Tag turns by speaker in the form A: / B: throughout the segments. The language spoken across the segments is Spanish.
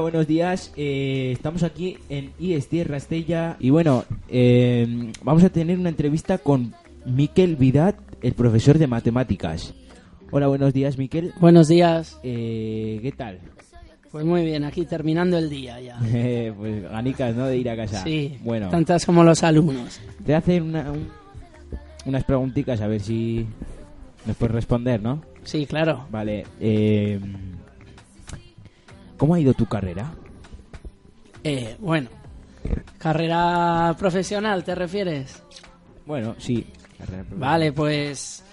A: buenos días. Eh, estamos aquí en IST Rastella y bueno, eh, vamos a tener una entrevista con Miquel Vidat, el profesor de matemáticas. Hola, buenos días, Miquel.
B: Buenos días.
A: Eh, ¿Qué tal?
B: Pues muy bien, aquí terminando el día ya.
A: pues ganicas, ¿no? De ir a casa.
B: Sí,
A: Bueno,
B: tantas como los alumnos.
A: te hacen una- un- unas preguntitas a ver si nos puedes responder, ¿no?
B: Sí, claro.
A: Vale. eh, ¿Cómo ha ido tu carrera?
B: Eh, bueno, carrera profesional, ¿te refieres?
A: Bueno, sí.
B: Vale, pues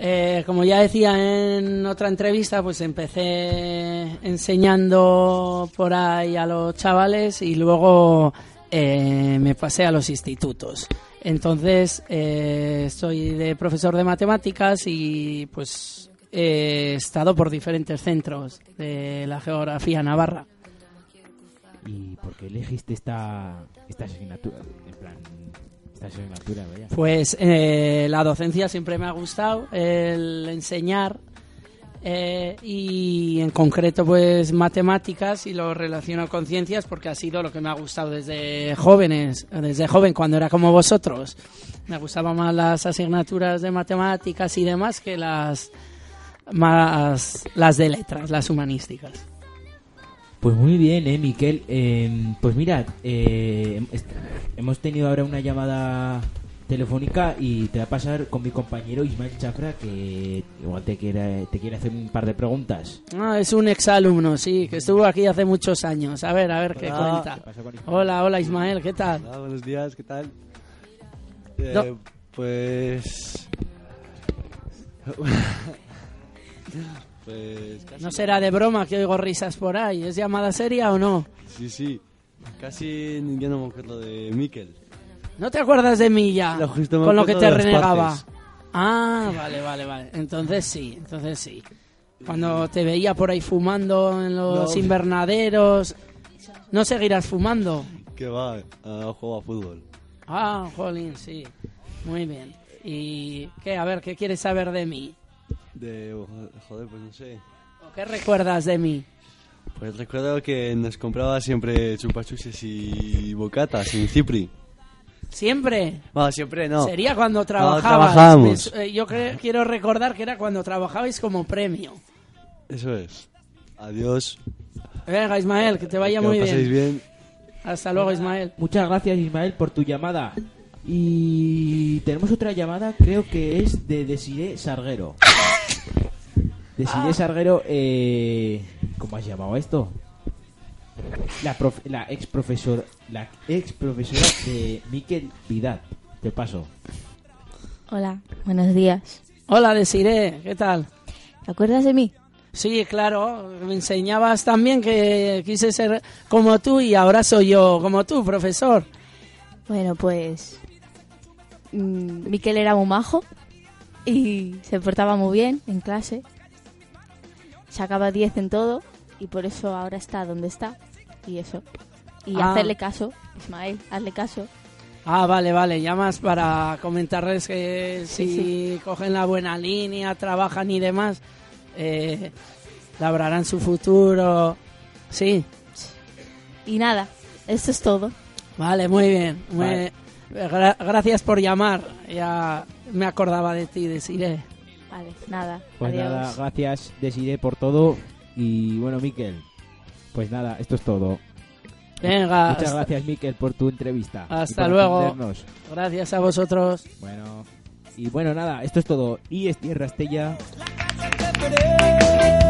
B: eh, como ya decía en otra entrevista, pues empecé enseñando por ahí a los chavales y luego eh, me pasé a los institutos. Entonces eh, soy de profesor de matemáticas y pues he estado por diferentes centros de la geografía navarra.
A: ¿Y por qué elegiste esta, esta asignatura? En plan, esta asignatura, vaya.
B: Pues eh, la docencia siempre me ha gustado, el enseñar eh, y en concreto pues matemáticas y lo relaciono con ciencias porque ha sido lo que me ha gustado desde jóvenes, desde joven cuando era como vosotros. Me gustaban más las asignaturas de matemáticas y demás que las más las de letras, las humanísticas.
A: Pues muy bien, eh, Miquel. Eh, pues mirad, eh, est- hemos tenido ahora una llamada telefónica y te va a pasar con mi compañero Ismael Chafra que igual te quiere, te quiere hacer un par de preguntas.
B: Ah, es un exalumno, sí, que estuvo aquí hace muchos años. A ver, a ver qué
C: Hola.
B: cuenta.
A: ¿Qué pasa con Ismael?
B: Hola, hola Ismael, ¿qué tal?
C: Hola, buenos días, ¿qué tal?
B: No.
C: Eh, Pues. pues. Casi,
B: No será de broma que oigo risas por ahí. ¿Es llamada seria o no?
C: Sí, sí. Casi ya no me acuerdo de Miquel.
B: ¿No te acuerdas de mí ya?
C: Lo justo me
B: con lo que
C: acuerdo
B: te
C: de las
B: renegaba.
C: partes.
B: Ah, vale, vale, vale. Entonces sí, entonces sí. Cuando te veía por ahí fumando en los
C: No.
B: invernaderos, no seguirás fumando.
C: Que va a jugar a fútbol.
B: Ah, jolín, sí. Muy bien. ¿Y qué? A ver, ¿qué quieres saber de mí?
C: De. Joder, pues no sé.
B: ¿O qué recuerdas de mí?
C: Pues recuerdo que nos compraba siempre chupachuses y bocatas en Cipri.
B: ¿Siempre?
C: Bueno, siempre no.
B: Sería cuando trabajabas.
C: trabajábamos.
B: Me su- eh, Yo cre- quiero recordar que era cuando trabajabais como premio.
C: Eso es. Adiós.
B: Venga, Ismael, que te vaya
C: que
B: muy
C: lo paséis
B: bien.
C: bien.
B: Hasta luego, Ismael.
A: Muchas gracias Ismael por tu llamada. Y tenemos otra llamada, creo que es de Desiré Sarguero.
B: Ah.
A: Desiré Sarguero, eh, ¿cómo has llamado a esto? La, prof- la ex profesor, la ex profesora de Miquel Vidal. Te paso.
D: Hola, buenos días.
B: Hola, Desiré, ¿qué tal?
D: ¿Te acuerdas de mí?
B: Sí, claro, me enseñabas también que quise ser como tú y ahora soy yo como tú, profesor.
D: Bueno, pues mm, Miquel era muy majo y se portaba muy bien en clase. Sacaba 10 en todo y por eso ahora está donde está. Y eso. Y
B: Ah.
D: hacerle caso, Ismael, hazle caso.
B: Ah, vale, vale, llamas para comentarles que si
D: Sí,
B: cogen la buena línea, trabajan y demás, eh, labrarán su futuro. Sí,
D: Y nada, esto es todo.
B: Vale, muy bien. Muy-
A: Vale.
B: Gra- gracias por llamar. Ya me acordaba de ti, deciré.
D: Vale, nada.
A: Pues
D: adiós.
A: nada, gracias Desiré por todo. Y bueno, Miquel, pues nada, esto es todo.
B: Venga,
A: Muchas
B: Ah, hasta-
A: gracias Miquel por tu entrevista. y
B: Hasta
A: por
B: luego.
A: atendernos.
B: gracias a vosotros.
A: Bueno, y bueno, nada, esto es todo. Y es Tierra Estella.
E: like I don't ever did.